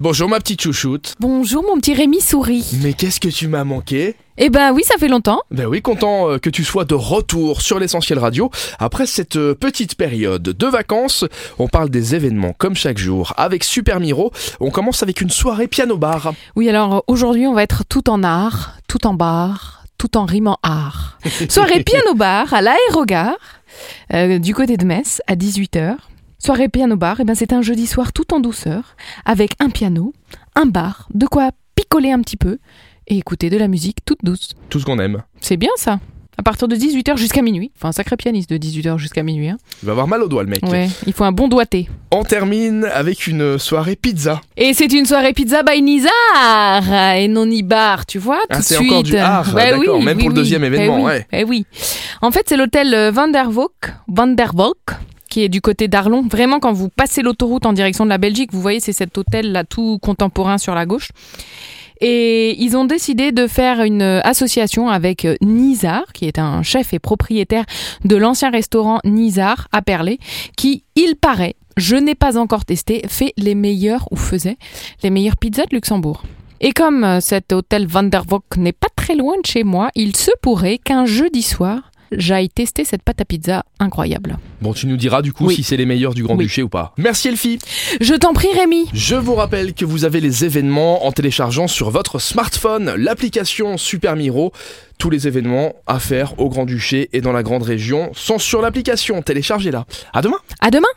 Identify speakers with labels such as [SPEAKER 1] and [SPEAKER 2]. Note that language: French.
[SPEAKER 1] Bonjour ma petite chouchoute.
[SPEAKER 2] Bonjour mon petit Rémi Souris.
[SPEAKER 1] Mais qu'est-ce que tu m'as manqué
[SPEAKER 2] Eh ben oui, ça fait longtemps.
[SPEAKER 1] Ben oui, content euh, que tu sois de retour sur l'essentiel radio. Après cette euh, petite période de vacances, on parle des événements comme chaque jour avec Super Miro. On commence avec une soirée piano bar.
[SPEAKER 2] Oui, alors aujourd'hui, on va être tout en art, tout en bar, tout en rime en art. Soirée piano bar à l'aérogare, euh, du côté de Metz, à 18h. Soirée piano bar, eh ben c'est un jeudi soir tout en douceur, avec un piano, un bar, de quoi picoler un petit peu et écouter de la musique toute douce.
[SPEAKER 1] Tout ce qu'on aime.
[SPEAKER 2] C'est bien ça. À partir de 18h jusqu'à minuit. Enfin, un sacré pianiste de 18h jusqu'à minuit. hein.
[SPEAKER 1] Il va avoir mal au doigt le mec.
[SPEAKER 2] Ouais, il faut un bon doigté.
[SPEAKER 1] On termine avec une soirée pizza.
[SPEAKER 2] Et c'est une soirée pizza by Nizar et non Ibar, tu vois, tout
[SPEAKER 1] Ah,
[SPEAKER 2] de
[SPEAKER 1] c'est
[SPEAKER 2] suite.
[SPEAKER 1] encore du art,
[SPEAKER 2] Bah
[SPEAKER 1] d'accord,
[SPEAKER 2] oui,
[SPEAKER 1] même
[SPEAKER 2] oui,
[SPEAKER 1] pour le
[SPEAKER 2] oui.
[SPEAKER 1] deuxième
[SPEAKER 2] Eh
[SPEAKER 1] événement,
[SPEAKER 2] oui,
[SPEAKER 1] ouais.
[SPEAKER 2] eh oui. En fait, c'est l'hôtel euh, Van der Valk, Van der Valk, qui est du côté d'Arlon. Vraiment, quand vous passez l'autoroute en direction de la Belgique, vous voyez, c'est cet hôtel là tout contemporain sur la gauche. Et ils ont décidé de faire une euh, association avec euh, Nizar, qui est un chef et propriétaire de l'ancien restaurant Nizar à Perlé, qui, il paraît, je n'ai pas encore testé, fait les meilleurs ou faisait les meilleures pizzas de Luxembourg. Et comme euh, cet hôtel Van der Valk n'est pas très loin de chez moi, il se pourrait qu'un jeudi soir, j'aille tester cette pâte à pizza incroyable.
[SPEAKER 1] Bon, tu nous diras du coup
[SPEAKER 2] Oui.
[SPEAKER 1] si c'est les meilleurs du Grand-Duché ou pas. Merci Elfie.
[SPEAKER 2] Je t'en prie Rémi
[SPEAKER 1] Je vous rappelle que vous avez les événements en téléchargeant sur votre smartphone l'application Super Miro. Tous les événements à faire au Grand-Duché et dans la Grande Région sont sur l'application. Téléchargez-la. À demain!
[SPEAKER 2] À demain